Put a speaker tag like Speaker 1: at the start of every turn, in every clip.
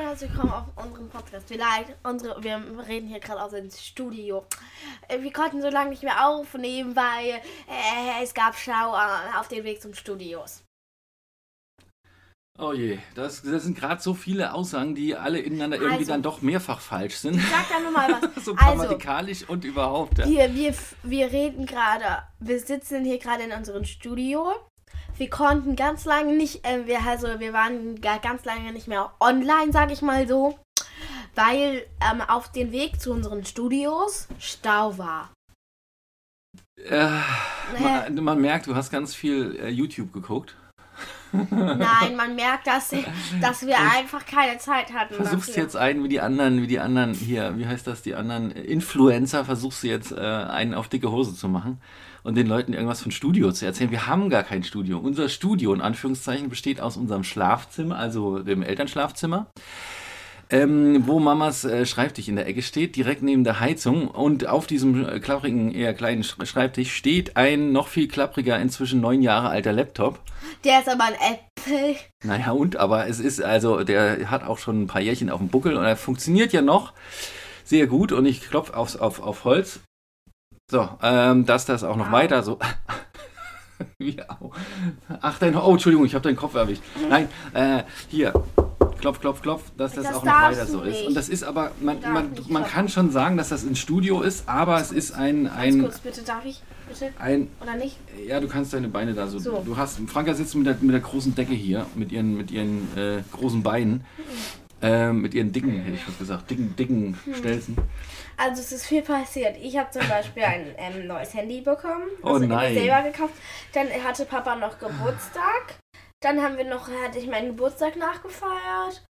Speaker 1: herzlich willkommen auf unserem Podcast. Vielleicht, unsere, wir reden hier gerade aus dem Studio. Äh, Wir konnten so lange nicht mehr aufnehmen, weil äh, es gab Schau äh, auf dem Weg zum Studios.
Speaker 2: Oh je, das, das sind gerade so viele Aussagen, die alle ineinander irgendwie
Speaker 1: Also-
Speaker 2: dann doch mehrfach falsch sind.
Speaker 1: Sag da nur mal was.
Speaker 2: so
Speaker 1: also,
Speaker 2: grammatikalisch und überhaupt. Ja.
Speaker 1: wir, wir, wir reden gerade, wir sitzen hier gerade in unserem Studio. Wir konnten ganz lange nicht, äh, wir, also wir waren ga- ganz lange nicht mehr online, sag ich mal so, weil ähm, auf dem Weg zu unseren Studios Stau war.
Speaker 2: Äh,
Speaker 1: Hä?
Speaker 2: man, man merkt, du hast ganz viel äh, YouTube geguckt.
Speaker 1: Nein, man merkt, dass, dass wir einfach keine Zeit hatten.
Speaker 2: Versuchst
Speaker 1: dafür.
Speaker 2: jetzt einen wie die anderen, wie die anderen hier, wie heißt das, die anderen äh, Influencer, versuchst du jetzt äh, einen auf dicke Hose zu machen und den Leuten irgendwas von Studio zu erzählen. Wir haben gar kein Studio. Unser Studio in Anführungszeichen besteht aus unserem Schlafzimmer, also dem Elternschlafzimmer. Ähm, wo Mamas äh, Schreibtisch in der Ecke steht, direkt neben der Heizung. Und auf diesem äh, klapprigen, eher kleinen Sch- Schreibtisch steht ein noch viel klappriger, inzwischen neun Jahre alter Laptop.
Speaker 1: Der ist aber ein Apple.
Speaker 2: Naja, und, aber es ist, also, der hat auch schon ein paar Jährchen auf dem Buckel und er funktioniert ja noch sehr gut und ich klopfe aufs, auf, auf Holz. So, ähm, dass das auch noch
Speaker 1: Au.
Speaker 2: weiter so. Wie, au. Ach, dein, oh, Entschuldigung, ich habe deinen Kopf erwischt.
Speaker 1: Mhm.
Speaker 2: Nein, äh, hier. Klopf, klopf, klopf, dass das,
Speaker 1: Das
Speaker 2: auch noch
Speaker 1: darfst
Speaker 2: weiter
Speaker 1: du
Speaker 2: so ist.
Speaker 1: nicht.
Speaker 2: Und das ist aber, man,
Speaker 1: darfst
Speaker 2: man,
Speaker 1: nicht
Speaker 2: man
Speaker 1: klopfen.
Speaker 2: kann schon sagen, dass das ein Studio ist, aber es ist ein,
Speaker 1: Ganz
Speaker 2: ein,
Speaker 1: kurz, bitte, darf ich? Bitte?
Speaker 2: ein,
Speaker 1: Oder nicht?
Speaker 2: ja, du kannst deine Beine da so.
Speaker 1: So.
Speaker 2: Du hast. Franka sitzt mit der, mit der großen Decke hier, mit ihren, mit ihren äh, großen Beinen. Ähm, mit ihren dicken, hätte ich fast gesagt, dicken, dicken
Speaker 1: Hm.
Speaker 2: Stelzen.
Speaker 1: Also es ist viel passiert. Ich habe zum Beispiel ein ähm, neues Handy bekommen.
Speaker 2: Oh
Speaker 1: also
Speaker 2: nein.
Speaker 1: Ich selber gekauft. Dann hatte Papa noch Geburtstag. Dann haben wir noch, hatte ich meinen Geburtstag nachgefeiert.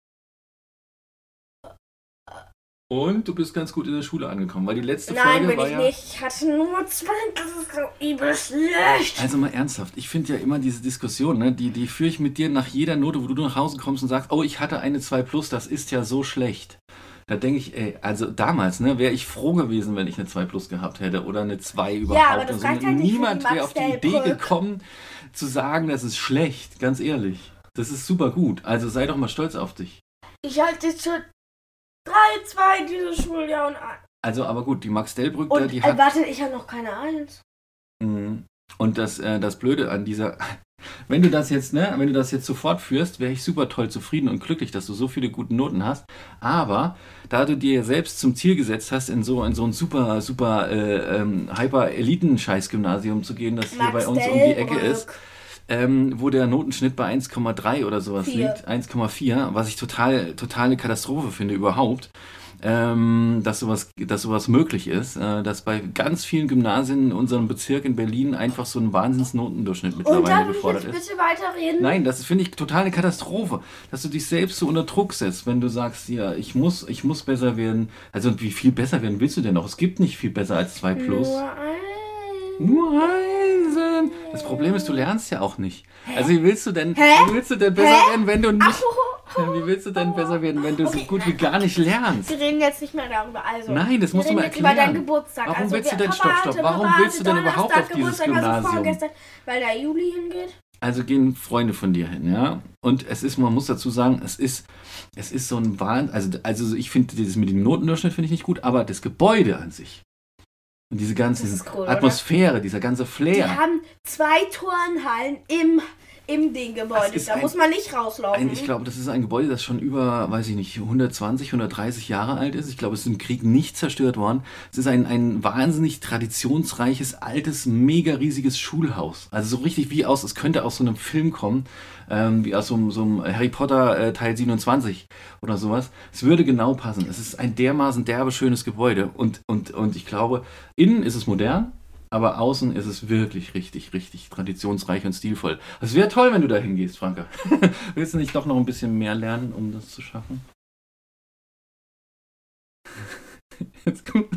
Speaker 2: Und du bist ganz gut in der Schule angekommen, weil die letzte
Speaker 1: Nein,
Speaker 2: Folge
Speaker 1: bin
Speaker 2: war
Speaker 1: ich
Speaker 2: ja.
Speaker 1: nicht. Ich hatte nur zwei. Das ist so übel schlecht.
Speaker 2: Also mal ernsthaft, ich finde ja immer diese Diskussion, ne, die, die führe ich mit dir nach jeder Note, wo du nach Hause kommst und sagst, oh, ich hatte eine 2 plus, das ist ja so schlecht. Da denke ich, ey, also damals, ne, wäre ich froh gewesen, wenn ich eine 2 plus gehabt hätte oder eine 2 überhaupt.
Speaker 1: aber das
Speaker 2: also,
Speaker 1: reicht halt nicht für
Speaker 2: niemand
Speaker 1: die Max
Speaker 2: wäre auf die
Speaker 1: Delbrück.
Speaker 2: Idee gekommen, zu sagen, das ist schlecht, ganz ehrlich. Das ist super gut. Also sei doch mal stolz auf dich.
Speaker 1: Ich hatte jetzt schon drei, zwei dieses Schuljahr und ein.
Speaker 2: Also, aber gut, die Max Delbrück, da,
Speaker 1: Und
Speaker 2: die
Speaker 1: äh,
Speaker 2: hat.
Speaker 1: warte, ich habe noch keine Eins.
Speaker 2: Mhm. Und das, äh, das Blöde an dieser. Wenn du das jetzt, ne, wenn du das jetzt so fortführst, wäre ich super toll zufrieden und glücklich, dass du so viele gute Noten hast. Aber da du dir selbst zum Ziel gesetzt hast, in so, in so ein super, super äh, ähm, Hyper-Eliten-Scheiß-Gymnasium zu gehen, das hier bei uns um die Ecke
Speaker 1: Delbrück.
Speaker 2: ist, ähm, wo der Notenschnitt bei 1,3 oder sowas
Speaker 1: Vier.
Speaker 2: liegt, 1,4, was ich total, totale Katastrophe finde überhaupt, ähm, dass, sowas, dass sowas möglich ist, äh, dass bei ganz vielen Gymnasien in unserem Bezirk in Berlin einfach so ein Wahnsinnsnotendurchschnitt
Speaker 1: Und
Speaker 2: mittlerweile
Speaker 1: darf ich
Speaker 2: gefordert
Speaker 1: jetzt
Speaker 2: ist.
Speaker 1: bitte weiterreden?
Speaker 2: Nein, das ist, finde ich totale Katastrophe, dass du dich selbst so unter Druck setzt, wenn du sagst, ja, ich muss, ich muss besser werden. Also und wie viel besser werden willst du denn noch? Es gibt nicht viel besser als 2 plus.
Speaker 1: Nur eins.
Speaker 2: Nur Einsen. Das Problem ist, du lernst ja auch nicht. Also wie willst du denn,
Speaker 1: Hä?
Speaker 2: wie willst du denn besser
Speaker 1: Hä?
Speaker 2: werden, wenn du nicht,
Speaker 1: Au.
Speaker 2: wie willst du denn besser werden, wenn du so
Speaker 1: Okay,
Speaker 2: gut wie gar nicht lernst?
Speaker 1: Wir reden jetzt nicht mehr darüber. Also,
Speaker 2: Nein, das
Speaker 1: wir
Speaker 2: musst du
Speaker 1: reden
Speaker 2: mal
Speaker 1: jetzt über deinen
Speaker 2: erklären.
Speaker 1: Geburtstag.
Speaker 2: Warum
Speaker 1: also,
Speaker 2: willst du
Speaker 1: wir-
Speaker 2: denn-
Speaker 1: Papa
Speaker 2: stopp, stopp,
Speaker 1: hatte-
Speaker 2: warum
Speaker 1: Papa
Speaker 2: willst du
Speaker 1: hatte
Speaker 2: denn überhaupt
Speaker 1: Donnerstag
Speaker 2: auf dieses
Speaker 1: Geburtstag, Also
Speaker 2: Gymnasium?
Speaker 1: vorgestern, weil da Juli hingeht.
Speaker 2: Also gehen Freunde von dir hin, ja. Und es ist, man muss dazu sagen, es ist, es ist so ein Wahnsinn. Also, also ich finde dieses mit dem Notendurchschnitt finde ich nicht gut, aber das Gebäude an sich und diese ganze
Speaker 1: Das ist cool, oder?
Speaker 2: Atmosphäre, dieser ganze
Speaker 1: Die
Speaker 2: Flair.
Speaker 1: haben zwei Turnhallen im, im Ding
Speaker 2: Das
Speaker 1: Gebäude.
Speaker 2: ist
Speaker 1: Da
Speaker 2: ein-
Speaker 1: muss man nicht rauslaufen.
Speaker 2: Ein, ich glaube, das ist ein Gebäude, das schon über, weiß ich nicht, 120, 130 Jahre alt ist. Ich glaube, es ist im Krieg nicht zerstört worden. Es ist ein, ein wahnsinnig traditionsreiches, altes, mega riesiges Schulhaus. Also so richtig wie aus, es könnte aus so einem Film kommen, ähm, wie aus so, einem- so einem Harry Potter äh, Teil 27 oder sowas. Es würde genau passen. Es ist ein dermaßen derbe, schönes Gebäude. Und, und, und ich glaube, innen ist es modern. Aber außen ist es wirklich richtig, richtig traditionsreich und stilvoll. Es wäre toll, wenn du da hingehst, Franka. Willst du nicht doch noch ein bisschen mehr lernen, um das zu schaffen? Jetzt guck,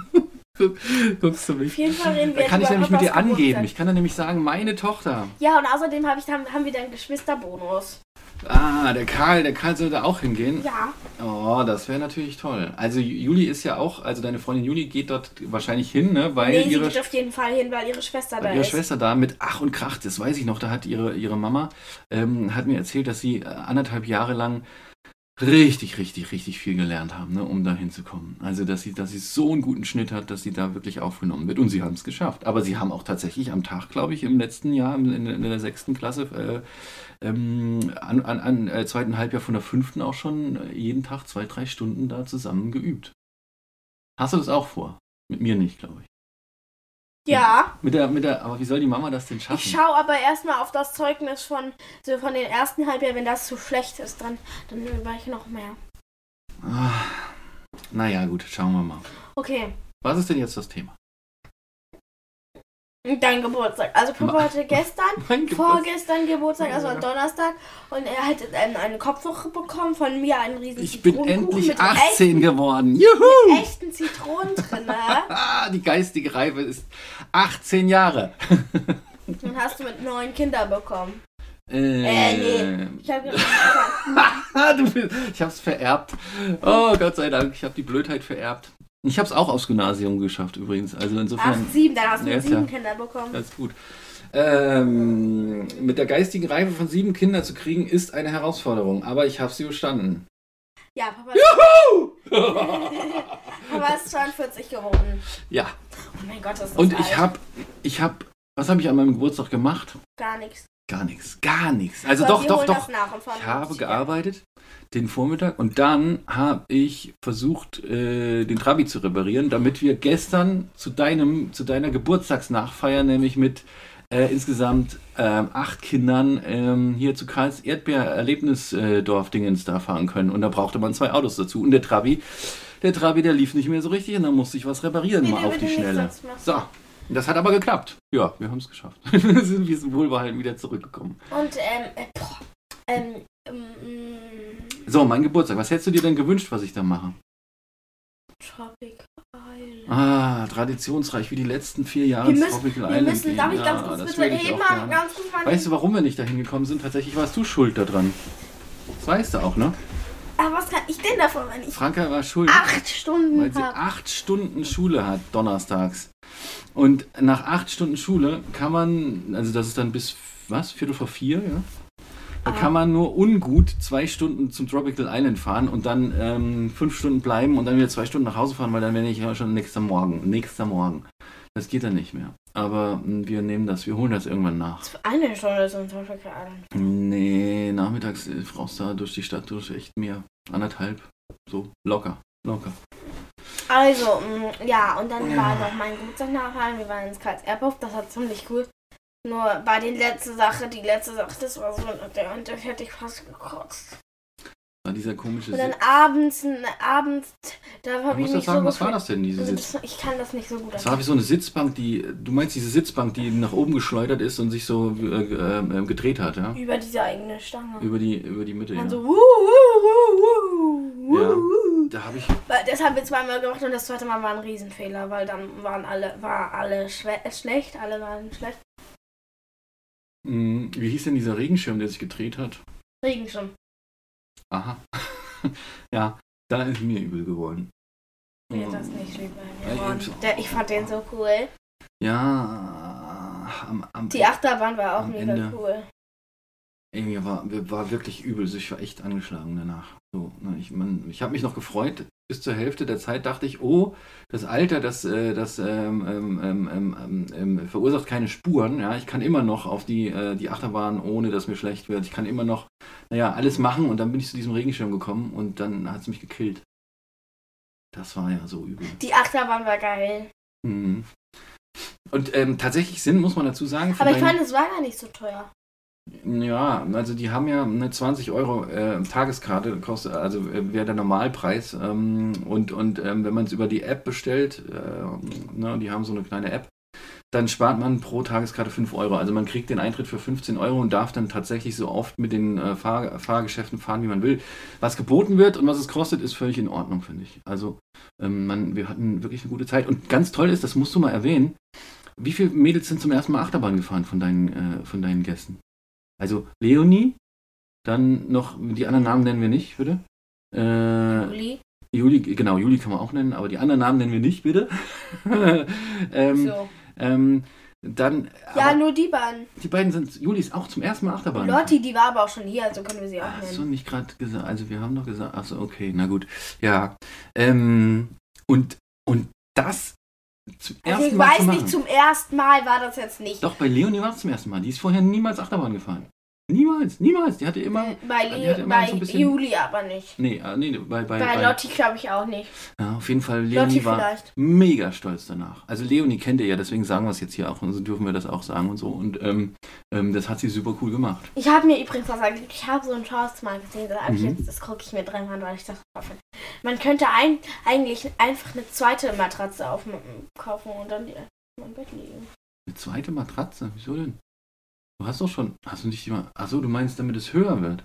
Speaker 2: guck, guckst du
Speaker 1: Auf
Speaker 2: mich.
Speaker 1: jeden Fall reden wir
Speaker 2: Da kann ich
Speaker 1: jetzt über
Speaker 2: nämlich mit dir
Speaker 1: Papas
Speaker 2: angeben.
Speaker 1: Geburtstag.
Speaker 2: Ich kann dann nämlich sagen, meine Tochter.
Speaker 1: Ja, und außerdem hab ich, haben, haben wir dann Geschwisterbonus.
Speaker 2: Ah, der Karl, der Karl sollte auch hingehen.
Speaker 1: Ja.
Speaker 2: Oh, das wäre natürlich toll. Also Ju- Juli ist ja auch, also deine Freundin Juli geht dort wahrscheinlich hin, ne? Weil
Speaker 1: Nee, sie
Speaker 2: ihre
Speaker 1: geht auf jeden Fall hin, weil ihre Schwester da
Speaker 2: Weil ihre
Speaker 1: ist.
Speaker 2: Schwester da mit Ach und Krach, das weiß ich noch, da hat ihre, ihre Mama, ähm, hat mir erzählt, dass sie äh, anderthalb Jahre lang richtig, richtig, richtig viel gelernt haben, ne, um da hinzukommen. Also, dass sie, dass sie so einen guten Schnitt hat, dass sie da wirklich aufgenommen wird. Und sie haben es geschafft. Aber sie haben auch tatsächlich am Tag, glaube ich, im letzten Jahr, in, in, in der sechsten Klasse, äh, ähm, an, an, an äh, zweiten Halbjahr von der fünften auch schon äh, jeden Tag zwei, drei Stunden da zusammen geübt. Hast du das auch vor? Mit mir nicht, glaube ich.
Speaker 1: Ja.
Speaker 2: Mit der, mit der, aber wie soll die Mama das denn schaffen?
Speaker 1: Ich schaue aber erstmal auf das Zeugnis von, so von den ersten Halbjahr, wenn das zu schlecht ist, dann, dann war ich noch mehr.
Speaker 2: Ah, naja, gut, schauen wir mal.
Speaker 1: Okay,
Speaker 2: Was ist denn jetzt das Thema?
Speaker 1: dein Geburtstag. Also Papa
Speaker 2: Ma-
Speaker 1: hatte gestern,
Speaker 2: Mein
Speaker 1: vorgestern Geburtstag, also
Speaker 2: Ja.
Speaker 1: am Donnerstag, und er hat einen, eine Kopfwoche bekommen, von mir einen riesen
Speaker 2: Ich bin
Speaker 1: Zitronenkuchen
Speaker 2: endlich
Speaker 1: mit echten,
Speaker 2: 18 geworden. Juhu!
Speaker 1: echten Zitronen drin. ne?
Speaker 2: Ah, die geistige Reife ist 18 Jahre.
Speaker 1: Dann hast du mit neun Kinder bekommen.
Speaker 2: Äh,
Speaker 1: nee. Ich habe gedacht,
Speaker 2: Ah, du, bist- ich hab's vererbt. Oh, Gott sei Dank, ich habe die Blödheit vererbt. Ich hab's auch aufs Gymnasium geschafft übrigens. Also insofern.
Speaker 1: acht, sieben, dann hast du
Speaker 2: Ja,
Speaker 1: mit
Speaker 2: ist
Speaker 1: sieben
Speaker 2: ja.
Speaker 1: Kinder bekommen.
Speaker 2: Ganz gut. Ähm, mit der geistigen Reife von sieben Kindern zu kriegen, ist eine Herausforderung, aber ich habe sie bestanden.
Speaker 1: Ja, Papa, Papa ist 42 geworden.
Speaker 2: ja,
Speaker 1: Oh mein Gott, das ist
Speaker 2: und
Speaker 1: alt.
Speaker 2: ich habe, ich habe, was habe ich an meinem Geburtstag gemacht?
Speaker 1: gar nichts.
Speaker 2: Gar nichts, gar nichts. Also
Speaker 1: Aber
Speaker 2: doch,
Speaker 1: wir
Speaker 2: doch,
Speaker 1: holen
Speaker 2: doch.
Speaker 1: das Nach und fahren
Speaker 2: Ich habe
Speaker 1: mit.
Speaker 2: gearbeitet den Vormittag und dann habe ich versucht, äh, den Trabi zu reparieren, damit wir gestern zu deinem, zu deiner Geburtstagsnachfeier, nämlich mit äh, insgesamt ähm, acht Kindern ähm, hier zu Karls Erdbeer-Erlebnisdorf-Dingens da fahren können. Und da brauchte man zwei Autos dazu. Und der Trabi, der Trabi, der lief nicht mehr so richtig und da musste ich was reparieren,
Speaker 1: Bitte,
Speaker 2: mal auf
Speaker 1: bitte
Speaker 2: die
Speaker 1: nicht
Speaker 2: Schnelle.
Speaker 1: sonst machen.
Speaker 2: So. Das hat aber geklappt. Ja, wir haben es geschafft. sind wir wohlbehalten wieder zurückgekommen.
Speaker 1: Und, ähm, äh, boah, ähm, ähm, mm,
Speaker 2: So, mein Geburtstag. Was hättest du dir denn gewünscht, was ich da mache?
Speaker 1: Tropic Island.
Speaker 2: Ah, traditionsreich, wie die letzten vier Jahre
Speaker 1: Wir
Speaker 2: ins
Speaker 1: müssen-
Speaker 2: Tropical
Speaker 1: Wir
Speaker 2: Island
Speaker 1: müssen,
Speaker 2: gehen.
Speaker 1: darf ich
Speaker 2: ja,
Speaker 1: ganz kurz
Speaker 2: das
Speaker 1: bitte ähm,
Speaker 2: will ich
Speaker 1: eben
Speaker 2: auch
Speaker 1: mal
Speaker 2: gerne.
Speaker 1: ganz kurz mal.
Speaker 2: Weißt du, warum wir nicht da hingekommen sind? Tatsächlich warst du schuld daran. Das weißt du auch, ne?
Speaker 1: aber Ah, was kann ich denn davon, wenn ich
Speaker 2: Franka war schuld,
Speaker 1: acht
Speaker 2: weil
Speaker 1: Stunden
Speaker 2: sie
Speaker 1: habe?
Speaker 2: acht Stunden Schule hat, donnerstags. Und nach acht Stunden Schule kann man, also das ist dann bis, was, Viertel vor vier, ja? Da
Speaker 1: Ah.
Speaker 2: kann man nur ungut zwei Stunden zum Tropical Island fahren und dann ähm, fünf Stunden bleiben und dann wieder zwei Stunden nach Hause fahren, weil dann wäre ich ja schon nächster Morgen. Nächster Morgen. Das geht dann nicht mehr. Aber mh, wir nehmen das, wir holen das irgendwann nach.
Speaker 1: Eine Stunde zum Tropic Island.
Speaker 2: Nee, nachmittags äh, brauchst du da durch die Stadt durch echt mehr. Anderthalb. So, locker. Locker.
Speaker 1: Also, mm, ja, und dann war noch mein Geburtstag nachher. Wir waren ins Karls Airport, das war ziemlich cool. Nur bei den letzte Sache, die letzte Sache, das war so, und der- und da hätte ich fast gekotzt.
Speaker 2: War Ah, dieser komische
Speaker 1: Und dann
Speaker 2: Sitz.
Speaker 1: abends, n- abends, da
Speaker 2: Man
Speaker 1: habe ich
Speaker 2: muss das
Speaker 1: mich so
Speaker 2: sagen, was war
Speaker 1: gefühlt-
Speaker 2: das denn, diese
Speaker 1: Also
Speaker 2: Sitz?
Speaker 1: das, ich kann das nicht so gut
Speaker 2: Das war wie so eine Sitzbank, die, du meinst diese Sitzbank, die nach oben geschleudert ist und sich so äh, ge- ähm, gedreht hat, ja?
Speaker 1: Über diese eigene Stange.
Speaker 2: Über die, über die Mitte,
Speaker 1: Und dann
Speaker 2: ja.
Speaker 1: so, wuh, wuh, wuh, wuh,
Speaker 2: Ja.
Speaker 1: wuh.
Speaker 2: Da habe ich,
Speaker 1: Weil Das haben wir zweimal gemacht und das zweite Mal war ein Riesenfehler, weil dann waren alle, war alle schwe- äh, schlecht, alle waren schlecht.
Speaker 2: mh, hm, wie hieß denn dieser Regenschirm, der sich gedreht hat?
Speaker 1: Regen schon.
Speaker 2: Aha. ja, da ist mir übel geworden.
Speaker 1: Nee, das nicht lieb bei
Speaker 2: Ja,
Speaker 1: mir.
Speaker 2: eben so.
Speaker 1: Und Der, ich fand den so cool.
Speaker 2: Ja, am, am
Speaker 1: Die Achterbahn war auch
Speaker 2: Am
Speaker 1: mega
Speaker 2: Ende.
Speaker 1: cool.
Speaker 2: Ey, mir war, mir war wirklich übel. Also Ich war echt angeschlagen danach. So, ne, ich man, ich habe mich noch gefreut. Bis zur Hälfte der Zeit dachte ich, oh, das Alter, das, äh, das ähm, ähm, ähm, ähm, ähm, ähm, verursacht keine Spuren. Ja, ich kann immer noch auf die, äh, die Achterbahn, ohne dass mir schlecht wird. Ich kann immer noch, naja, alles machen. Und dann bin ich zu diesem Regenschirm gekommen und dann hat es mich gekillt. Das war ja so übel.
Speaker 1: Die Achterbahn war geil.
Speaker 2: Mhm. Und ähm, tatsächlich Sinn, muss man dazu sagen. für
Speaker 1: Aber ich
Speaker 2: dein-
Speaker 1: fand, es war gar nicht so teuer.
Speaker 2: ja, also die haben ja eine 20 Euro äh, Tageskarte, kostet, also äh, wäre der Normalpreis. Ähm, und und ähm, wenn man es über die App bestellt, äh, ne, die haben so eine kleine App, dann spart man pro Tageskarte 5 Euro. Also man kriegt den Eintritt für 15 Euro und darf dann tatsächlich so oft mit den äh, Fahr Fahrgeschäften fahren, wie man will. Was geboten wird und was es kostet, ist völlig in Ordnung, finde ich. Also ähm, man, wir hatten wirklich eine gute Zeit. Und ganz toll ist, das musst du mal erwähnen, wie viele Mädels sind zum ersten Mal Achterbahn gefahren von deinen, äh, von deinen Gästen? Also Leonie, dann noch, die anderen Namen nennen wir nicht, bitte. Äh,
Speaker 1: Juli.
Speaker 2: Juli, genau, Juli kann man auch nennen, aber die anderen Namen nennen wir nicht, bitte. ähm,
Speaker 1: So.
Speaker 2: ähm, Dann,
Speaker 1: Ja,
Speaker 2: aber
Speaker 1: nur die Bahn.
Speaker 2: die beiden sind, Juli ist auch zum ersten Mal Achterbahn.
Speaker 1: Lotti, die war aber auch schon hier, also können wir sie auch
Speaker 2: Hast du
Speaker 1: nennen.
Speaker 2: nicht gerade gesagt, also wir haben doch gesagt, achso, okay, na gut. Ja. Ähm, und, und das zum
Speaker 1: Also
Speaker 2: ersten
Speaker 1: ich
Speaker 2: Mal
Speaker 1: weiß
Speaker 2: zu machen.
Speaker 1: nicht, zum ersten Mal war das jetzt nicht.
Speaker 2: Doch, bei Leonie war es zum ersten Mal. Die ist vorher niemals Achterbahn gefahren. Niemals, niemals. Die hatte immer.
Speaker 1: Äh, bei
Speaker 2: die
Speaker 1: Le
Speaker 2: hat immer
Speaker 1: bei
Speaker 2: so ein bisschen-
Speaker 1: Juli aber nicht.
Speaker 2: Nee, äh, nee, bei. Bei,
Speaker 1: Bei, Lotti glaube ich auch nicht.
Speaker 2: Ja, auf jeden Fall,
Speaker 1: Lotti
Speaker 2: Leonie war
Speaker 1: vielleicht.
Speaker 2: mega stolz danach. Also, Leonie kennt ihr ja, deswegen sagen wir es jetzt hier auch und so dürfen wir das auch sagen und so. Und ähm, ähm, das hat sie super cool gemacht.
Speaker 1: Ich habe mir übrigens was angeguckt. Ich habe so ein Shorts mal gesehen. Da hab ich
Speaker 2: Mhm.
Speaker 1: jetzt, das gucke ich mir dreimal an, weil ich das hoffe. Man könnte ein, eigentlich einfach eine zweite Matratze aufkaufen und dann die im Bett liegen.
Speaker 2: Eine zweite Matratze? Wieso denn? Du hast doch schon. Hast du nicht immer. Achso, du meinst, damit es höher wird?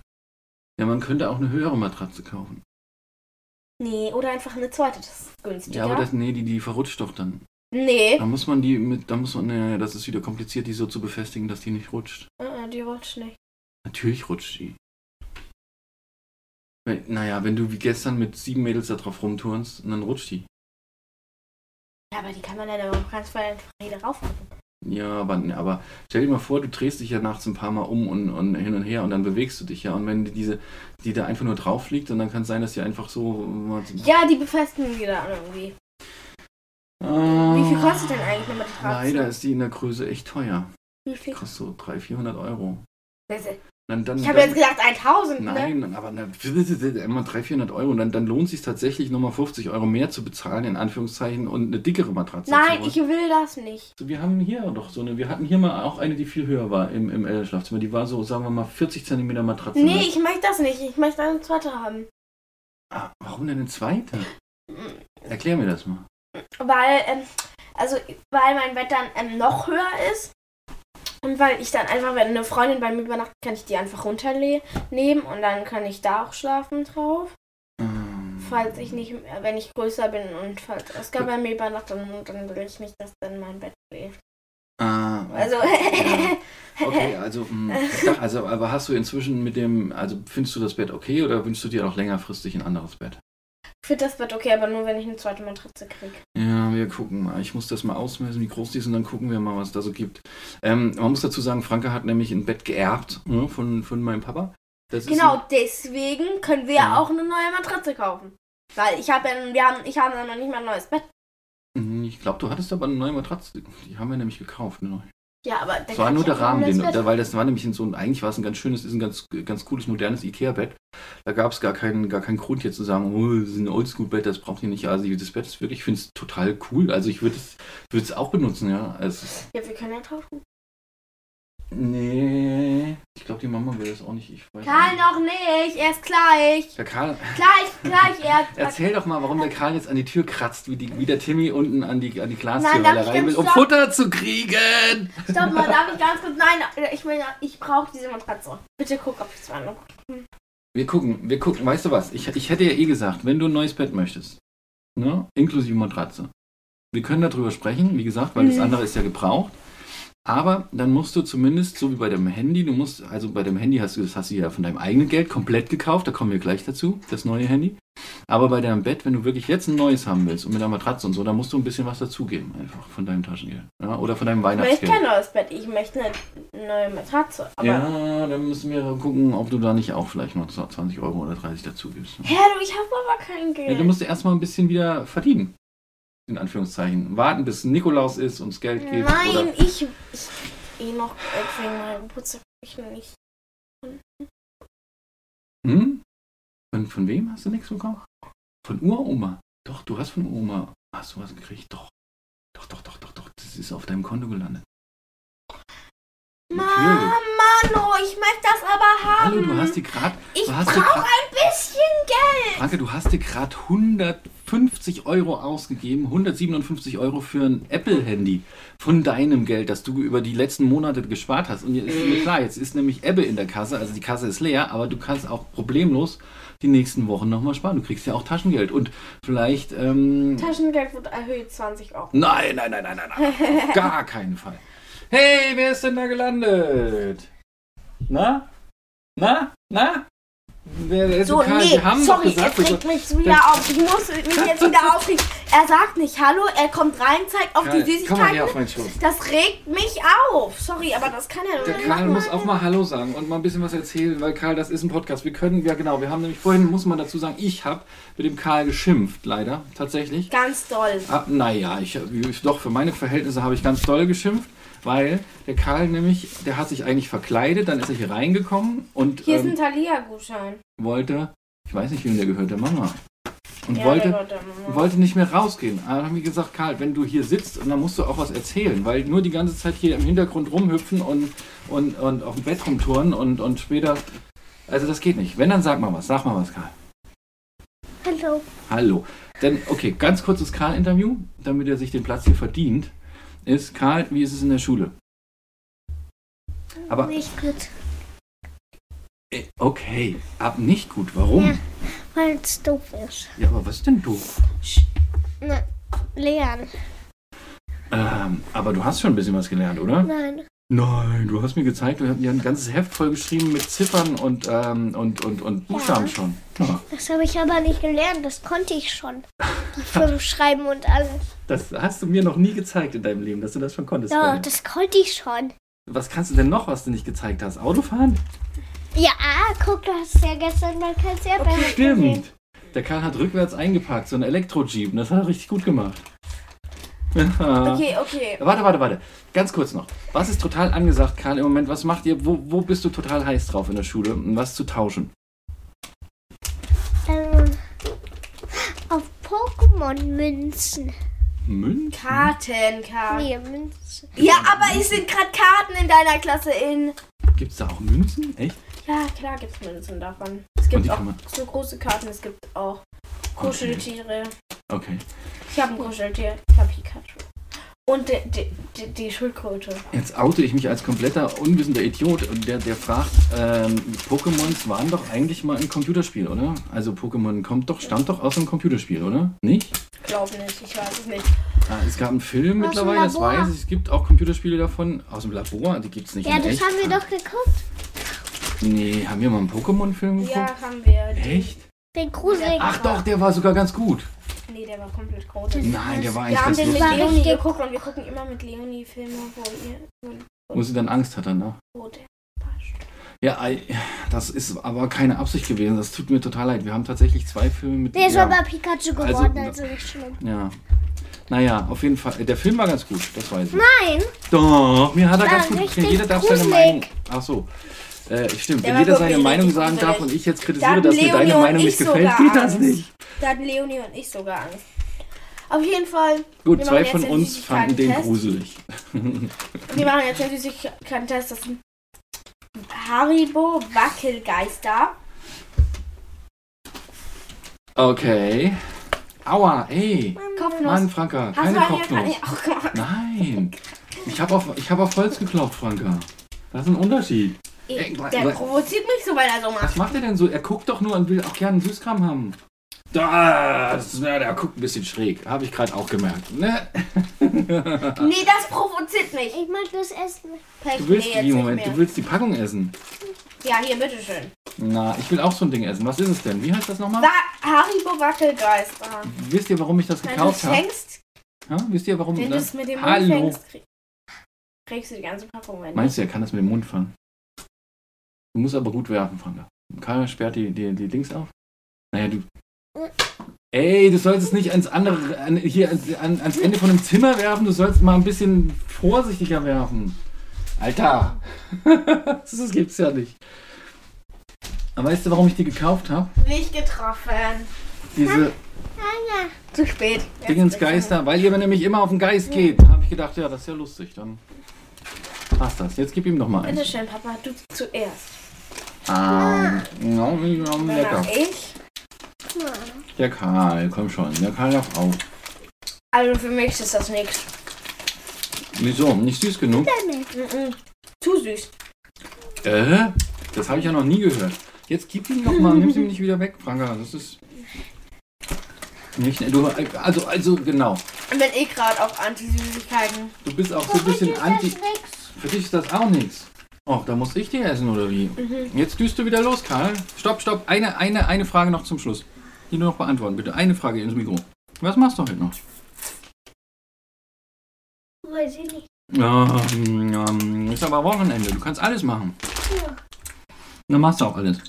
Speaker 2: Ja, man könnte auch eine höhere Matratze kaufen.
Speaker 1: Nee, oder einfach eine zweite. Das ist günstiger.
Speaker 2: Ja, aber das, nee, die, die verrutscht doch dann.
Speaker 1: nee,
Speaker 2: Da muss man die mit, da muss man, nee, das ist wieder kompliziert, die so zu befestigen, dass die nicht rutscht.
Speaker 1: Äh, die rutscht nicht.
Speaker 2: Natürlich rutscht die. Wenn- Naja, wenn du wie gestern mit sieben Mädels da drauf rumturnst, dann rutscht die.
Speaker 1: Ja, aber die kann man dann auch ganz voll einfach wieder raufmachen.
Speaker 2: Ja, aber, aber stell dir mal vor, du drehst dich ja nachts ein paar Mal um und, und hin und her und dann bewegst du dich ja. Und wenn die diese, die da einfach nur drauf liegt, und dann kann es sein, dass die einfach so.
Speaker 1: Ja, die befestigen die dann irgendwie.
Speaker 2: Ah.
Speaker 1: Wie viel kostet denn eigentlich eine Matratze?
Speaker 2: Leider ist die in der Größe echt teuer.
Speaker 1: Wie viel?
Speaker 2: Kostet so 300, 400 Euro.
Speaker 1: Ich
Speaker 2: Dann, dann,
Speaker 1: habe
Speaker 2: dann,
Speaker 1: jetzt gedacht 1000, ne?
Speaker 2: Nein, aber na, immer 300, 400 Euro. Und dann, dann lohnt es sich tatsächlich nochmal 50 Euro mehr zu bezahlen, in Anführungszeichen, und eine dickere Matratze
Speaker 1: Nein,
Speaker 2: zu
Speaker 1: ich
Speaker 2: holen.
Speaker 1: will das nicht.
Speaker 2: Wir haben hier doch so eine, wir hatten hier mal auch eine, die viel höher war im, im Elternschlafzimmer. Die war so, sagen wir mal, 40 cm Matratze. Ne?
Speaker 1: Nee, ich möchte das nicht. Ich möchte eine zweite haben.
Speaker 2: Ah, warum denn eine zweite? Erklär mir das mal.
Speaker 1: Weil, ähm, also, weil mein Bett dann ähm, noch höher ist. Und weil ich dann einfach, wenn eine Freundin bei mir übernachtet, kann ich die einfach runternehmen und dann kann ich da auch schlafen drauf.
Speaker 2: Ähm,
Speaker 1: Falls ich nicht, äh, wenn ich größer bin und falls Oskar bei mir übernachtet, dann, dann will ich nicht, dass dann mein Bett schläft.
Speaker 2: Ah,
Speaker 1: Also,
Speaker 2: ja. Okay, also, mm, ich dachte, also, aber hast du inzwischen mit dem, also findest du das Bett okay oder wünschst du dir noch längerfristig ein anderes Bett?
Speaker 1: ich finde das Bett okay, aber nur, wenn ich eine zweite Matratze kriege.
Speaker 2: Ja, wir gucken mal. Ich muss das mal ausmessen, wie groß die ist, und dann gucken wir mal, was da so gibt. Ähm, man muss dazu sagen, Franke hat nämlich ein Bett geerbt ne, von, von meinem Papa. Das
Speaker 1: Genau,
Speaker 2: Ist
Speaker 1: deswegen können wir
Speaker 2: Ja.
Speaker 1: ja auch eine neue Matratze kaufen. Weil ich habe ja, wir haben, ich habe ja noch nicht mal ein neues Bett.
Speaker 2: ein, hm, ich glaube, du hattest aber eine neue Matratze. Die haben wir nämlich gekauft. Ne?
Speaker 1: Ja, aber dann
Speaker 2: Das war
Speaker 1: kann
Speaker 2: nur
Speaker 1: ich auch
Speaker 2: der Rahmen,
Speaker 1: ein neues
Speaker 2: den,
Speaker 1: Bett
Speaker 2: da, weil das war nämlich in so ein, eigentlich war es ein ganz schönes, ist ein ganz, ganz cooles, modernes Ikea-Bett. Da gab es gar keinen, gar keinen Grund hier zu sagen, oh, das ist ein Oldschool-Bett, das braucht ihr nicht. Also das Bett ist wirklich, ich finde es total cool. Also ich würde es, würde es auch benutzen, ja. Also, Es ist,
Speaker 1: Ja, wir können ja tauschen.
Speaker 2: nee, ich glaube, die Mama will das auch nicht. Ich weiß
Speaker 1: Karl
Speaker 2: nicht.
Speaker 1: noch nicht, erst gleich.
Speaker 2: Der Karl,
Speaker 1: Gleich, gleich, erst.
Speaker 2: Erzähl doch mal, warum der Karl jetzt an die Tür kratzt, wie, die, wie der Timmy unten an die, an die Glastür
Speaker 1: Nein, darf
Speaker 2: weil er
Speaker 1: ich
Speaker 2: rein will,
Speaker 1: ganz
Speaker 2: um
Speaker 1: sagen-
Speaker 2: Futter zu kriegen.
Speaker 1: Stopp mal, darf ich ganz kurz. Nein, ich will, ich brauche diese Matratze. Bitte guck, ob ich es noch.
Speaker 2: Wir gucken, wir gucken. Weißt du was? Ich, ich hätte ja eh gesagt, wenn du ein neues Bett möchtest, ne, inklusive Matratze, wir können darüber sprechen, wie gesagt, weil das
Speaker 1: Mhm.
Speaker 2: andere ist ja gebraucht. Aber dann musst du zumindest, so wie bei dem Handy, du musst, also bei dem Handy hast du, das hast du ja von deinem eigenen Geld komplett gekauft, da kommen wir gleich dazu, das neue Handy. Aber bei deinem Bett, wenn du wirklich jetzt ein neues haben willst und mit einer Matratze und so, dann musst du ein bisschen was dazugeben, einfach von deinem Taschengeld. Ja, oder von deinem
Speaker 1: Ich möchte kein
Speaker 2: Weihnachtsgeld.
Speaker 1: neues Bett, ich möchte eine neue Matratze. Aber.
Speaker 2: Ja, dann müssen wir gucken, ob du da nicht auch vielleicht noch 20 Euro oder 30 dazu gibst. ne?
Speaker 1: Hä, du, ich habe aber kein
Speaker 2: Ja,
Speaker 1: Geld.
Speaker 2: du musst ja erstmal ein bisschen wieder verdienen. In Anführungszeichen. Warten, bis Nikolaus ist, uns Geld gibt.
Speaker 1: Nein,
Speaker 2: Oder
Speaker 1: ich. Ich krieg eh noch Geld wegen meinem Geburtstag. Ich noch nicht.
Speaker 2: hm? von, von wem hast du nichts bekommen? Von Uroma. Doch, du hast von Uroma. Hast du was gekriegt? Doch. Doch, doch, doch, doch, doch. Das ist auf deinem Konto gelandet. Natürlich.
Speaker 1: Mama, no, ich möchte das aber haben.
Speaker 2: Hallo, du hast dir gerade.
Speaker 1: ich
Speaker 2: du
Speaker 1: brauche
Speaker 2: hast dir grad-
Speaker 1: ein bisschen Geld.
Speaker 2: Franke, du hast dir gerade 150 Euro ausgegeben, 157 Euro für ein Apple-Handy von deinem Geld, das du über die letzten Monate gespart hast. Und jetzt ist
Speaker 1: Mhm.
Speaker 2: mir klar, jetzt ist nämlich Ebbe in der Kasse, also die Kasse ist leer, aber du kannst auch problemlos die nächsten Wochen nochmal sparen. Du kriegst ja auch Taschengeld und vielleicht. Ähm,
Speaker 1: Taschengeld wird erhöht 20 Euro.
Speaker 2: nein, nein, nein, nein, nein, nein. Auf gar keinen Fall. Hey, wer ist denn da gelandet? Na? Na? Na? der, der
Speaker 1: So,
Speaker 2: SOK,
Speaker 1: nee,
Speaker 2: die Also, haben
Speaker 1: sorry,
Speaker 2: doch gesagt,
Speaker 1: er regt
Speaker 2: so-
Speaker 1: mich wieder auf. Ich muss mich jetzt wieder aufregen. Er sagt nicht Hallo, er kommt rein, zeigt auf
Speaker 2: Karl,
Speaker 1: die
Speaker 2: komm mal her
Speaker 1: Süßigkeiten.
Speaker 2: auf meinen Schoß.
Speaker 1: Das regt mich auf. Sorry, aber das kann er
Speaker 2: Der
Speaker 1: nicht
Speaker 2: Karl muss
Speaker 1: machen.
Speaker 2: auch mal Hallo sagen und mal ein bisschen was erzählen, weil Karl, das ist ein Podcast. Wir können, ja genau, wir haben nämlich vorhin, muss man dazu sagen, ich habe mit dem Karl geschimpft, leider, tatsächlich.
Speaker 1: Ganz doll.
Speaker 2: Ah, naja, ich, ich, doch, für meine Verhältnisse habe ich ganz doll geschimpft, weil der Karl nämlich, der hat sich eigentlich verkleidet, dann ist er hier reingekommen und
Speaker 1: Hier ist
Speaker 2: ähm,
Speaker 1: ein Thalia-Gutschein.
Speaker 2: wollte, ich weiß nicht, wem der gehört, der Mama. Und
Speaker 1: Ja,
Speaker 2: wollte,
Speaker 1: der gehört der Mama.
Speaker 2: wollte nicht mehr rausgehen. Aber dann haben wir gesagt, Karl, wenn du hier sitzt, und dann musst du auch was erzählen, weil nur die ganze Zeit hier im Hintergrund rumhüpfen und, und, und auf dem Bett rumtouren und, und später. Also das geht nicht. Wenn, dann sag mal was. Sag mal was, Karl.
Speaker 1: Hallo.
Speaker 2: Hallo. Denn, okay, ganz kurzes Karl-Interview, damit er sich den Platz hier verdient, ist, Karl, wie ist es in der Schule? Aber,
Speaker 3: Nicht gut,
Speaker 2: äh, okay, ab nicht gut. Warum? Ja,
Speaker 3: Ja. weil es doof ist.
Speaker 2: aber was denn du?
Speaker 3: Na, lernen.
Speaker 2: Ähm, aber du hast schon ein bisschen was gelernt, oder?
Speaker 3: Nein.
Speaker 2: Nein, du hast mir gezeigt, du hast mir ein ganzes Heft vollgeschrieben mit Ziffern und, ähm, und, und, und Buchstaben schon. Ja,
Speaker 3: Das habe ich aber nicht gelernt. Das konnte ich schon. Die fünf schreiben und alles.
Speaker 2: das hast du mir noch nie gezeigt in deinem Leben, dass du das schon konntest.
Speaker 3: Ja,
Speaker 2: Freundin.
Speaker 3: das konnte ich schon.
Speaker 2: was kannst du denn noch, was du nicht gezeigt hast? Autofahren?
Speaker 3: Ja, ah, guck, du hast es ja gestern dann kannst du ja okay.
Speaker 2: Stimmt. Der Karl hat rückwärts eingeparkt, so ein Elektro-Jeep. und Das hat er richtig gut gemacht. Ja.
Speaker 1: Okay, okay.
Speaker 2: Warte, warte, warte. Ganz kurz noch. Was ist total angesagt, Karl, im Moment? Was macht ihr? Wo, wo bist du total heiß drauf in der Schule, um was zu tauschen?
Speaker 3: Ähm, auf Pokémon-Münzen.
Speaker 2: Münzen?
Speaker 1: Karten, Karten.
Speaker 3: Nee, Münzen.
Speaker 1: Ja, aber es sind gerade Karten in deiner Klasse in.
Speaker 2: Gibt es da auch Münzen? Echt?
Speaker 1: Ja, klar gibt's Münzen davon. Es
Speaker 2: Und
Speaker 1: gibt
Speaker 2: die
Speaker 1: auch
Speaker 2: kann man-
Speaker 1: so große Karten, es gibt auch Kuscheltiere.
Speaker 2: Okay.
Speaker 1: Ich habe ein Kuscheltier. Ich habe Pikachu. Und die, die, die, die Schildkröte.
Speaker 2: Jetzt oute ich mich als kompletter unwissender Idiot, und der, der fragt, ähm, Pokémons waren doch eigentlich mal ein Computerspiel, oder? Also Pokémon kommt doch, stammt doch aus einem Computerspiel, oder? Nicht?
Speaker 1: Glaub nicht, ich weiß es nicht.
Speaker 2: Ah, es gab einen Film
Speaker 3: Aus dem
Speaker 2: mittlerweile, das
Speaker 3: Labor.
Speaker 2: weiß ich. Es gibt auch Computerspiele davon aus dem Labor, die gibt's nicht
Speaker 3: Ja,
Speaker 2: in
Speaker 3: das
Speaker 2: echt.
Speaker 3: haben wir doch geguckt.
Speaker 2: Nee, haben wir mal einen Pokémon-Film geguckt?
Speaker 1: Ja, haben wir. Den,
Speaker 2: Hm, Echt?
Speaker 3: Den gruseligen.
Speaker 2: Ach doch, der war sogar ganz gut.
Speaker 1: nee, der war komplett groß.
Speaker 2: Nein, der war
Speaker 1: Wir haben
Speaker 2: eigentlich
Speaker 1: den mit
Speaker 2: ganz gut.
Speaker 3: lustig.
Speaker 1: Leonie
Speaker 3: Richtig
Speaker 1: geguckt und wir gucken immer mit Leonie Filme, wo ihr
Speaker 2: Wo sie dann Angst hat danach.
Speaker 1: wo der passt.
Speaker 2: Ja, ei, das ist aber keine Absicht gewesen. Das tut mir total leid. Wir haben tatsächlich zwei Filme mit
Speaker 3: Der ist
Speaker 2: ja.
Speaker 3: aber Pikachu
Speaker 2: Also,
Speaker 3: geworden,
Speaker 2: na-
Speaker 3: also, nicht schlimm.
Speaker 2: Ja. Naja, auf jeden Fall. Der Film war ganz gut, das weiß ich.
Speaker 3: Nein,
Speaker 2: Doch, mir hat er
Speaker 3: War
Speaker 2: ganz gut
Speaker 3: richtig
Speaker 2: gefallen. Jeder darf seine
Speaker 3: gruselig.
Speaker 2: Meinung. Ach so. Äh, stimmt,
Speaker 1: Der
Speaker 2: wenn
Speaker 1: war
Speaker 2: jeder seine
Speaker 1: wirklich
Speaker 2: Meinung
Speaker 1: richtig
Speaker 2: sagen darf
Speaker 1: gruselig.
Speaker 2: und ich jetzt
Speaker 1: Da
Speaker 2: kritisiere,
Speaker 1: hatten
Speaker 2: dass mir
Speaker 1: Leonie
Speaker 2: deine
Speaker 1: und
Speaker 2: Meinung
Speaker 1: ich
Speaker 2: nicht gefällt,
Speaker 1: sogar
Speaker 2: geht das
Speaker 1: Angst.
Speaker 2: nicht.
Speaker 1: Da hatten Leonie und ich sogar Angst. Auf jeden Fall.
Speaker 2: Gut,
Speaker 1: wir
Speaker 2: zwei
Speaker 1: machen jetzt
Speaker 2: von
Speaker 1: den
Speaker 2: uns fanden den
Speaker 1: Süßigkeiten-Test.
Speaker 2: gruselig.
Speaker 1: Wir machen jetzt den Süßigkeiten-Test. Das sind Haribo Wackelgeister.
Speaker 2: Okay. Aua, ey. Mann,
Speaker 1: Kopfnuss.
Speaker 2: Franka,
Speaker 1: Hast
Speaker 2: keine
Speaker 1: du Oh eine Kann
Speaker 2: Kopfnuss.
Speaker 1: ich auch gemacht.
Speaker 2: Nein. Ich habe auf, ich hab auf Holz geklopft, Franka. Das ist ein Unterschied. Ey,
Speaker 1: Ich,
Speaker 2: bleib-
Speaker 1: der
Speaker 2: bleib-
Speaker 1: provoziert mich so, weil er so macht.
Speaker 2: Was macht er denn so? Er guckt doch nur und will auch gerne einen Süßkram haben. Das, na, der guckt ein bisschen schräg. Habe ich gerade auch gemerkt. Ne?
Speaker 1: Nee, das provoziert mich.
Speaker 3: ich mag das Essen.
Speaker 1: Pech,
Speaker 2: Ah. Du willst
Speaker 1: nee,
Speaker 2: die
Speaker 1: jetzt
Speaker 2: Moment,
Speaker 1: nicht
Speaker 2: du
Speaker 1: mehr.
Speaker 2: willst die Packung essen.
Speaker 1: Ja, hier, bitteschön.
Speaker 2: Na, ich will auch so ein Ding essen. Was ist es denn? Wie heißt das nochmal?
Speaker 1: Wa Haribo Wackelgeister.
Speaker 2: Wisst ihr, warum ich das
Speaker 1: Wenn du
Speaker 2: gekauft habe?
Speaker 1: schenkst,
Speaker 2: Ja? Wisst ihr, warum?
Speaker 1: wenn du es mit dem Mund
Speaker 2: Hm, ne? Hallo.
Speaker 1: schenkst, krieg, kriegst du die ganze Packung. Wenn
Speaker 2: Meinst du, er kann das mit dem Mund fangen? Du musst aber gut werfen, Franka. Karl sperrt die, die, die Dings auf. Naja, du. Ey, du sollst es nicht ans andere, an, hier ans, an, ans Ende von einem Zimmer werfen. Du sollst mal ein bisschen vorsichtiger werfen. Alter! das gibt's ja nicht. Aber weißt du, warum ich die gekauft habe?
Speaker 1: Nicht getroffen.
Speaker 2: Diese
Speaker 3: Ah,
Speaker 1: Zu spät. Jetzt
Speaker 2: Dingens
Speaker 1: ist es-
Speaker 2: Geister, weil ihr nämlich immer auf den Geist geht. Habe ich gedacht, ja, das ist ja lustig. Dann passt das. Jetzt gib ihm noch mal eins.
Speaker 1: Bitteschön, Papa, du zuerst.
Speaker 2: Ah, nom, nom, lecker.
Speaker 1: Danach ich.
Speaker 2: Der Karl, komm schon. Der Karl darf auch.
Speaker 1: Also für mich ist das nichts.
Speaker 2: Wieso? Nicht süß genug?
Speaker 1: Mhm. Zu süß.
Speaker 2: Äh? Das habe ich ja noch nie gehört. Jetzt gib ihm noch mal. Nimm sie ihm nicht wieder weg, Franka. Das ist. Nicht, du, also, also, genau.
Speaker 1: Und bin eh gerade auf Antisüßigkeiten.
Speaker 2: Du bist auch so ein bisschen anti. Für dich ist das auch nichts. Ach, da muss ich die essen, oder wie? Jetzt düst du wieder los, Karl. Stopp, stopp. Eine, eine, eine Frage noch zum Schluss. Die nur noch beantworten, bitte. Eine Frage ins Mikro. Was machst du heute noch?
Speaker 3: Weiß ich nicht.
Speaker 2: Ja, ähm, ähm, ist aber Wochenende. Du kannst alles machen.
Speaker 3: Ja.
Speaker 2: Dann machst du auch alles.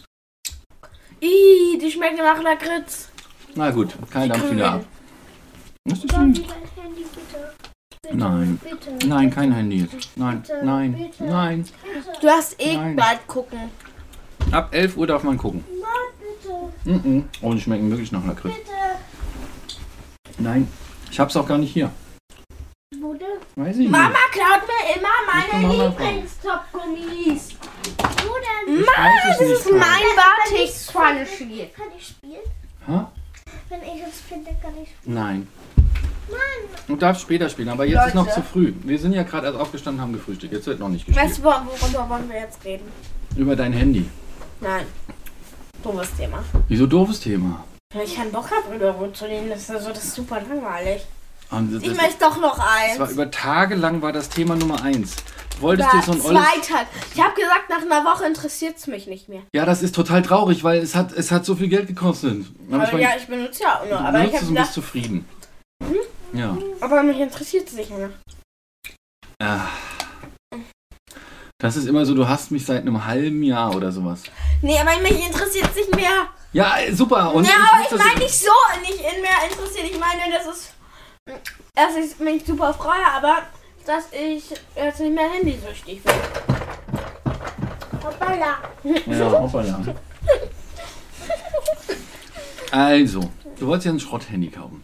Speaker 1: Ih, die schmecken nach Lakritz.
Speaker 2: Na gut, Karl dampft wieder ab. Das ist
Speaker 3: Soll
Speaker 2: ein...
Speaker 3: ich ein Handy bitte? bitte
Speaker 2: Nein.
Speaker 3: Bitte.
Speaker 2: Nein, kein Handy jetzt. Nein, nein, nein.
Speaker 3: Bitte.
Speaker 1: Du hast eh
Speaker 2: Nein.
Speaker 1: bald gucken.
Speaker 2: Ab 11 Uhr darf man gucken.
Speaker 3: Nein, bitte.
Speaker 2: Mhm. Oh, die schmecken wirklich nach Lakritz.
Speaker 3: Bitte.
Speaker 2: Nein, ich hab's auch gar nicht hier.
Speaker 3: Bude.
Speaker 2: Weiß ich
Speaker 1: Mama
Speaker 2: nicht.
Speaker 1: klaut mir immer meine
Speaker 2: Hm. Mama
Speaker 1: Lieblingstopgummis.
Speaker 3: Bude.
Speaker 1: Mama,
Speaker 2: weiß es
Speaker 1: das ist mein
Speaker 2: nicht, Mama.
Speaker 1: Bartix Crunchy.
Speaker 3: Kann ich spielen?
Speaker 2: Hä?
Speaker 3: Wenn ich es finde, kann ich
Speaker 2: Nein. Du darfst später spielen, aber jetzt ist noch zu früh. Wir sind ja gerade erst aufgestanden haben gefrühstückt. Jetzt wird noch nicht gespielt.
Speaker 1: Weißt du, wor- worüber wollen wir jetzt reden?
Speaker 2: Über dein Handy.
Speaker 1: Nein. Dummes Thema.
Speaker 2: Wieso doofes Thema?
Speaker 1: Weil ich keinen Bock habe, Ruhe zu nehmen. Das ist, also, das ist super langweilig.
Speaker 2: Und das,
Speaker 1: Ich
Speaker 2: das,
Speaker 1: möchte doch noch
Speaker 2: das war
Speaker 1: eins.
Speaker 2: über Tage lang war das Thema Nummer eins. Du Wolltest
Speaker 1: Ja,
Speaker 2: dir so ein olles...
Speaker 1: zwei Tage. Ich habe gesagt, nach einer Woche interessiert es mich nicht mehr.
Speaker 2: Ja, das ist total traurig, weil es hat, es hat so viel Geld gekostet. Aber ich
Speaker 1: Aber
Speaker 2: mein,
Speaker 1: ja, ich benutze ja auch nur.
Speaker 2: du
Speaker 1: Aber ich
Speaker 2: nutzt
Speaker 1: habe
Speaker 2: es und bist
Speaker 1: gedacht, Hm?
Speaker 2: zufrieden. Ja.
Speaker 1: aber mich interessiert es nicht mehr.
Speaker 2: Ah. Das ist immer so, du hast mich seit einem halben Jahr oder sowas.
Speaker 1: Nee, aber mich interessiert es nicht mehr.
Speaker 2: Ja, äh, super. Und
Speaker 1: ja,
Speaker 2: ich
Speaker 1: aber
Speaker 2: nutze
Speaker 1: ich
Speaker 2: das-
Speaker 1: meine nicht so nicht in mehr interessiert. Ich meine, das ist, dass ich mich super freue, aber dass ich jetzt nicht mehr handysüchtig bin.
Speaker 3: Hoppala.
Speaker 2: Ja, hoppala. Also, du wolltest ja ein Schrotthandy kaufen.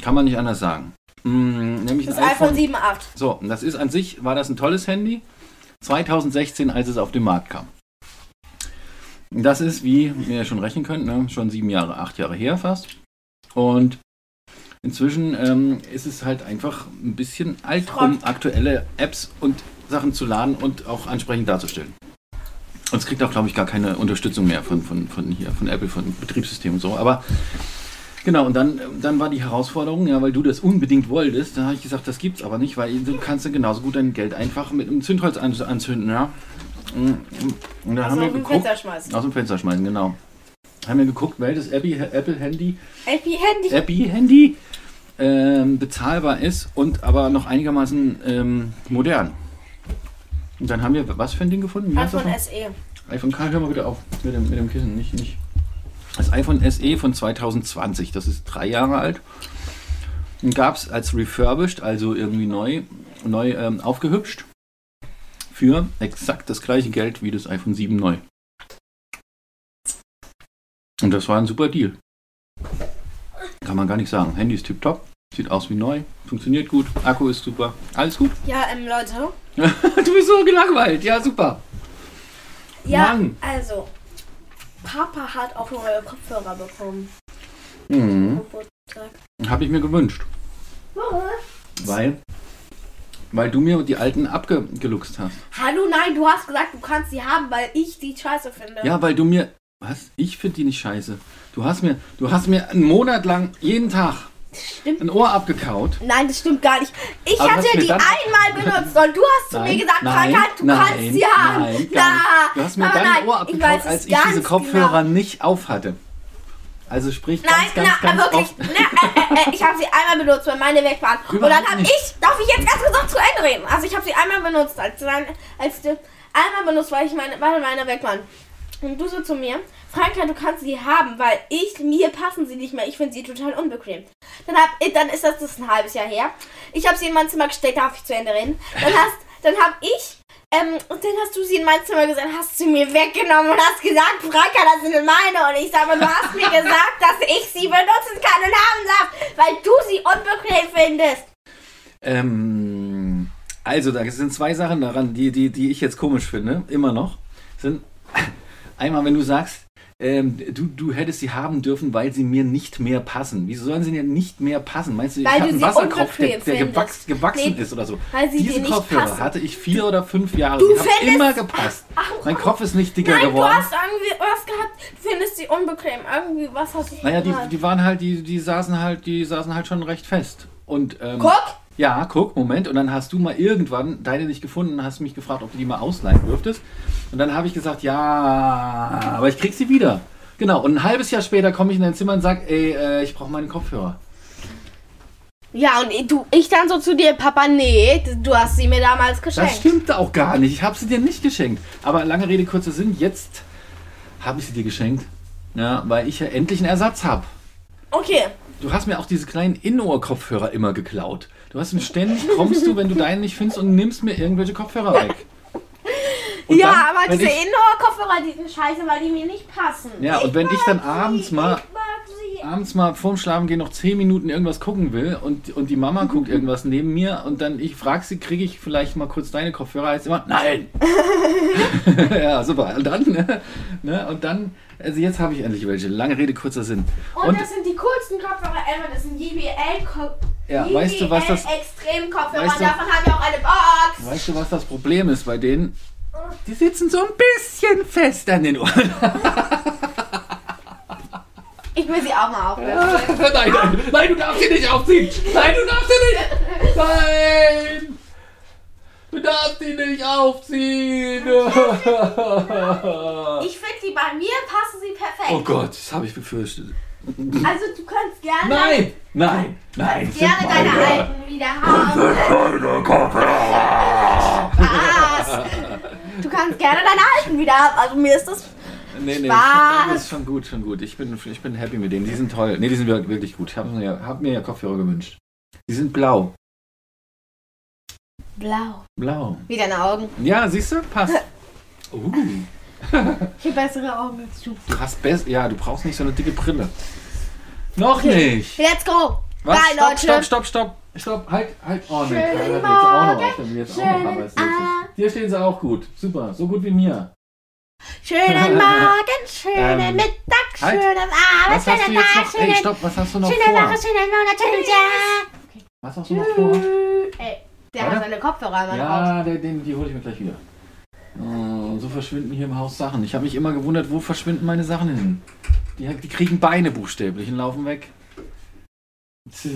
Speaker 2: Kann man nicht anders sagen. Hm, nämlich
Speaker 1: Das
Speaker 2: ein
Speaker 1: iPhone
Speaker 2: iPhone.
Speaker 1: 7 8.
Speaker 2: So, und das ist an sich, war das ein tolles Handy. 2016, als es auf den Markt kam. Das ist, wie ihr ja schon rechnen könnt, ne, schon sieben Jahre, acht Jahre her fast. Und inzwischen ähm, ist es halt einfach ein bisschen alt, um aktuelle Apps und Sachen zu laden und auch ansprechend darzustellen. Und es kriegt auch, glaube ich, gar keine Unterstützung mehr von, von, von hier, von Apple, von Betriebssystem und so. Aber genau, und dann, ähm, dann war die Herausforderung, ja, weil du das unbedingt wolltest, dann habe ich gesagt, das gibt's aber nicht, weil du kannst ja genauso gut dein Geld einfach mit einem Zündholz an, anzünden, ja. Mm, Und dann
Speaker 1: Also
Speaker 2: haben wir
Speaker 1: auf den
Speaker 2: geguckt,
Speaker 1: Fenster schmeißen.
Speaker 2: aus dem Fenster schmeißen, genau. Haben wir geguckt, welches Abby- Apple-Handy
Speaker 1: Happy Handy.
Speaker 2: Apple-Handy ähm, bezahlbar ist und aber noch einigermaßen ähm, modern. Und dann haben wir was für ein Ding gefunden? Wie heißt das
Speaker 1: iPhone
Speaker 2: noch?
Speaker 1: SE.
Speaker 2: iPhone Karl, hör mal bitte auf mit dem, mit dem Kissen, nicht, nicht. Das iPhone SE von 2020, das ist drei Jahre alt. Und gab es als refurbished, also irgendwie neu, neu ähm, aufgehübscht, für exakt das gleiche Geld wie das iPhone 7 neu. Und das war ein super Deal. Kann man gar nicht sagen. Handy ist tipptopp, sieht aus wie neu, funktioniert gut, Akku ist super, alles gut.
Speaker 1: Ja, ähm, Leute.
Speaker 2: du bist so gelangweilt, ja super.
Speaker 1: Ja,
Speaker 2: Mann.
Speaker 1: also. Papa hat auch neue Kopfhörer bekommen.
Speaker 2: Mhm.
Speaker 1: Geburtstag.
Speaker 2: Habe ich mir gewünscht. Weil? Weil du mir die alten abgeluchst hast.
Speaker 1: Hallo, nein, du hast gesagt, du kannst sie haben, weil ich die scheiße finde.
Speaker 2: Ja, weil du mir. Was? Ich finde die nicht scheiße. Du hast mir, du hast mir einen Monat lang jeden Tag
Speaker 1: Stimmt.
Speaker 2: ein Ohr abgekaut.
Speaker 1: Nein, das stimmt gar nicht. Ich
Speaker 2: Aber was
Speaker 1: hatte
Speaker 2: mir
Speaker 1: die
Speaker 2: dann-
Speaker 1: einmal benutzt und du hast zu mir
Speaker 2: Nein,
Speaker 1: gesagt,
Speaker 2: nein,
Speaker 1: Krankheit, du
Speaker 2: nein,
Speaker 1: kannst sie haben.
Speaker 2: nein,
Speaker 1: Na,
Speaker 2: gar nicht. Du hast mir
Speaker 1: aber
Speaker 2: dann
Speaker 1: nein,
Speaker 2: ein Ohr
Speaker 1: ich
Speaker 2: abgekaut,
Speaker 1: weiß es
Speaker 2: als ich diese
Speaker 1: ganz
Speaker 2: Kopfhörer nicht auf hatte. Also sprich
Speaker 1: Genau. Nein,
Speaker 2: ganz, ganz,
Speaker 1: na,
Speaker 2: ganz
Speaker 1: wirklich.
Speaker 2: oft.
Speaker 1: Na, äh, äh, äh, ich habe sie einmal benutzt, weil meine weg waren. und dann
Speaker 2: Überhaupt
Speaker 1: habe
Speaker 2: nicht.
Speaker 1: ich, darf ich jetzt erst gesagt zu Ende reden? Also ich habe sie einmal benutzt, als dann, als die- einmal benutzt, weil ich meine, weil meine weg waren. Und du so zu mir, Franka, du kannst sie haben, weil ich mir passen sie nicht mehr. Ich finde sie total unbequem. Dann hab, äh, dann ist das, das ist ein halbes Jahr her. Ich habe sie in mein Zimmer gestellt, darf ich zu Ende reden. Dann hast, dann habe ich ähm, und dann hast du sie in mein Zimmer gesehen, hast sie mir weggenommen und hast gesagt, Franka, das sind meine. Und ich sage, du hast mir gesagt, dass ich sie benutzen kann und haben darf, weil du sie unbequem findest.
Speaker 2: Ähm, also, da sind zwei Sachen daran, die, die, die ich jetzt komisch finde, immer noch. Sind einmal, wenn du sagst, ähm, du, du hättest sie haben dürfen, weil sie mir nicht mehr passen. Wieso sollen sie denn nicht mehr passen? Meinst du, ich
Speaker 1: Weil
Speaker 2: habe
Speaker 1: du
Speaker 2: einen
Speaker 1: sie
Speaker 2: Wasserkopf, der,
Speaker 1: unbequem
Speaker 2: der
Speaker 1: findest.
Speaker 2: gewachs, gewachsen
Speaker 1: Nee,
Speaker 2: ist oder so?
Speaker 1: weil sie dir
Speaker 2: Diese
Speaker 1: nicht
Speaker 2: Kopfhörer
Speaker 1: passen.
Speaker 2: hatte ich vier oder fünf Jahre.
Speaker 1: Du
Speaker 2: die haben
Speaker 1: findest-
Speaker 2: immer gepasst.
Speaker 1: Ach,
Speaker 2: mein Kopf ist nicht dicker
Speaker 1: Nein, du
Speaker 2: geworden.
Speaker 1: hast irgendwie was gehabt, du findest sie unbequem. Irgendwie, was hast du
Speaker 2: Naja, die,
Speaker 1: gemacht?
Speaker 2: die waren halt, die, die saßen halt, die saßen halt schon recht fest. Und ähm,
Speaker 1: Guck,
Speaker 2: Ja, guck, Moment. Und dann hast du mal irgendwann deine nicht gefunden, hast mich gefragt, ob du die mal ausleihen dürftest. Und dann habe ich gesagt, ja, aber ich krieg sie wieder. Genau. Und ein halbes Jahr später komme ich in dein Zimmer und sag, ey, äh, ich brauche meinen Kopfhörer.
Speaker 1: Ja, und ich- du, ich dann so zu dir, Papa, nee, du hast sie mir damals
Speaker 2: Das
Speaker 1: geschenkt.
Speaker 2: stimmt auch gar nicht. Ich habe sie dir nicht geschenkt. Aber lange Rede, kurzer Sinn, jetzt habe ich sie dir geschenkt. Ja, weil ich ja endlich einen Ersatz habe.
Speaker 1: Okay.
Speaker 2: Du hast mir auch diese kleinen In-Ohr-Kopfhörer immer geklaut. Du hast mir ständig, kommst du, wenn du deinen nicht findest und nimmst mir irgendwelche Kopfhörer weg. Und
Speaker 1: ja,
Speaker 2: dann,
Speaker 1: aber
Speaker 2: wenn
Speaker 1: diese
Speaker 2: ich,
Speaker 1: Indoor-Kopfhörer, die sind scheiße, weil die mir nicht passen.
Speaker 2: Ja, und wenn ich dann abends mal
Speaker 3: Ich mag sie.
Speaker 2: abends mal vorm Schlafengehen noch 10 Minuten irgendwas gucken will und, und die Mama guckt irgendwas neben mir und dann ich frage sie, kriege ich vielleicht mal kurz deine Kopfhörer? Heißt immer, nein! ja, super. Und dann, ne, ne, und dann, also jetzt habe ich endlich welche. Lange Rede, kurzer Sinn.
Speaker 1: Und, das sind die coolsten Kopfhörer ever, das sind JBL-Kopfhörer.
Speaker 2: Ja, weißt du, was das-
Speaker 1: Extrem-Kopfhörer,
Speaker 2: weißt du-
Speaker 1: davon haben wir auch eine Box.
Speaker 2: weißt du, was das Problem ist bei denen? Die sitzen so ein bisschen fest an den Ohren.
Speaker 1: Ich will sie auch mal aufwerfen.
Speaker 2: nein, nein, nein, du darfst sie nicht aufziehen! Nein, du darfst sie nicht! Nein! Du darfst sie nicht aufziehen!
Speaker 1: Ich finde sie, bei mir passen sie perfekt.
Speaker 2: Oh Gott, das habe ich befürchtet.
Speaker 1: Also du kannst gerne,
Speaker 2: Nein, nein, nein. das
Speaker 1: gerne
Speaker 2: sind
Speaker 1: deine
Speaker 2: meine-
Speaker 1: alten wieder haben. Spaß. Du kannst gerne deine alten wieder haben. Also mir ist das...
Speaker 2: Nee, nee,
Speaker 1: Spaß.
Speaker 2: schon- das ist schon gut, schon gut. Ich bin, ich bin happy mit denen. Die sind toll. Nee, die sind wir- wirklich gut. Ich habe mir, hab mir ja Kopfhörer gewünscht. Die sind blau.
Speaker 1: Blau.
Speaker 2: Blau.
Speaker 1: Wie deine Augen.
Speaker 2: Ja, siehst du? Passt. Uh,
Speaker 1: Ich habe bessere Augen als du.
Speaker 2: du hast best. Ja, du brauchst nicht so eine dicke Brille. Noch nicht.
Speaker 1: Let's go.
Speaker 2: Was?
Speaker 1: Bye,
Speaker 2: stopp,
Speaker 1: Leute.
Speaker 2: stopp, stopp, stopp. Stopp, halt, halt. Oh, nee,
Speaker 1: Schönen
Speaker 2: Karl hat
Speaker 1: Morgen,
Speaker 2: jetzt auch noch auf. Dann jetzt auch
Speaker 1: schönen
Speaker 2: noch haben als nächstes.
Speaker 1: Abend.
Speaker 2: Dir stehen sie auch gut. Super. So gut wie mir.
Speaker 1: Schönen Morgen, schönen
Speaker 2: Ähm,
Speaker 1: Mittag,
Speaker 2: halt.
Speaker 1: schönen Abend,
Speaker 2: Was hast du
Speaker 1: schönen
Speaker 2: jetzt
Speaker 1: Tag,
Speaker 2: noch? Ey,
Speaker 1: schönen,
Speaker 2: stopp, was hast du noch
Speaker 1: schönen
Speaker 2: vor?
Speaker 1: Woche, schönen Monat, schönen Jahr.
Speaker 2: Was hast du noch vor?
Speaker 1: Ey, der
Speaker 2: Warte.
Speaker 1: hat seine Kopfhörer immer drauf.
Speaker 2: Ja, der, den, die hole ich mir gleich wieder. Oh, so verschwinden hier im Haus Sachen. Ich habe mich immer gewundert, wo verschwinden meine Sachen hin? Die, die kriegen Beine buchstäblich und laufen weg. So,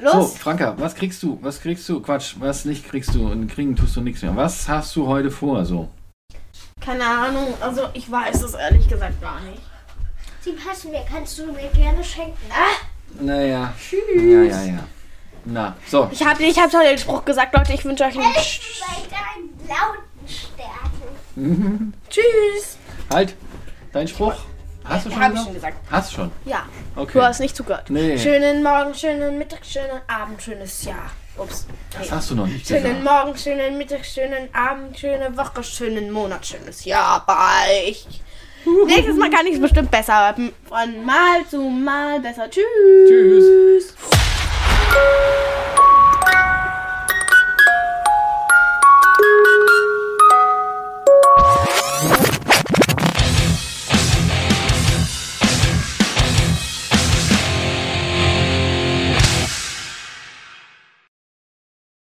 Speaker 1: Los.
Speaker 2: Franka, was kriegst du? Was kriegst du? Quatsch, was nicht kriegst du und kriegen tust du nichts mehr. Was hast du heute vor so?
Speaker 1: Keine Ahnung, also ich weiß es ehrlich gesagt gar nicht.
Speaker 3: Sie passen mir. Kannst du mir gerne schenken?
Speaker 2: Naja. Tschüss. Ja, ja, ja. Na, so.
Speaker 1: Ich habe ich hab schon den Spruch gesagt, Leute, ich wünsche euch einen...
Speaker 3: Bei deinen lauten Stärken.
Speaker 1: Tschüss.
Speaker 2: Halt. Dein Spruch. Hast du schon
Speaker 1: Habe ich schon
Speaker 2: gesagt?
Speaker 1: gesagt.
Speaker 2: Hast du schon.
Speaker 1: Ja,
Speaker 2: Okay.
Speaker 1: du hast nicht zugehört.
Speaker 2: Nee.
Speaker 1: Schönen Morgen, schönen Mittag, schönen Abend, schönes Jahr. Ups.
Speaker 2: Das hast du noch nicht gesagt.
Speaker 1: Schönen Morgen, schönen Mittag, schönen Abend, schöne Woche, schönen Monat, schönes Jahr. Bye. Ich- Nächstes Mal kann ich es bestimmt besser. Von Mal zu Mal besser. Tschüss.
Speaker 2: Tschüss.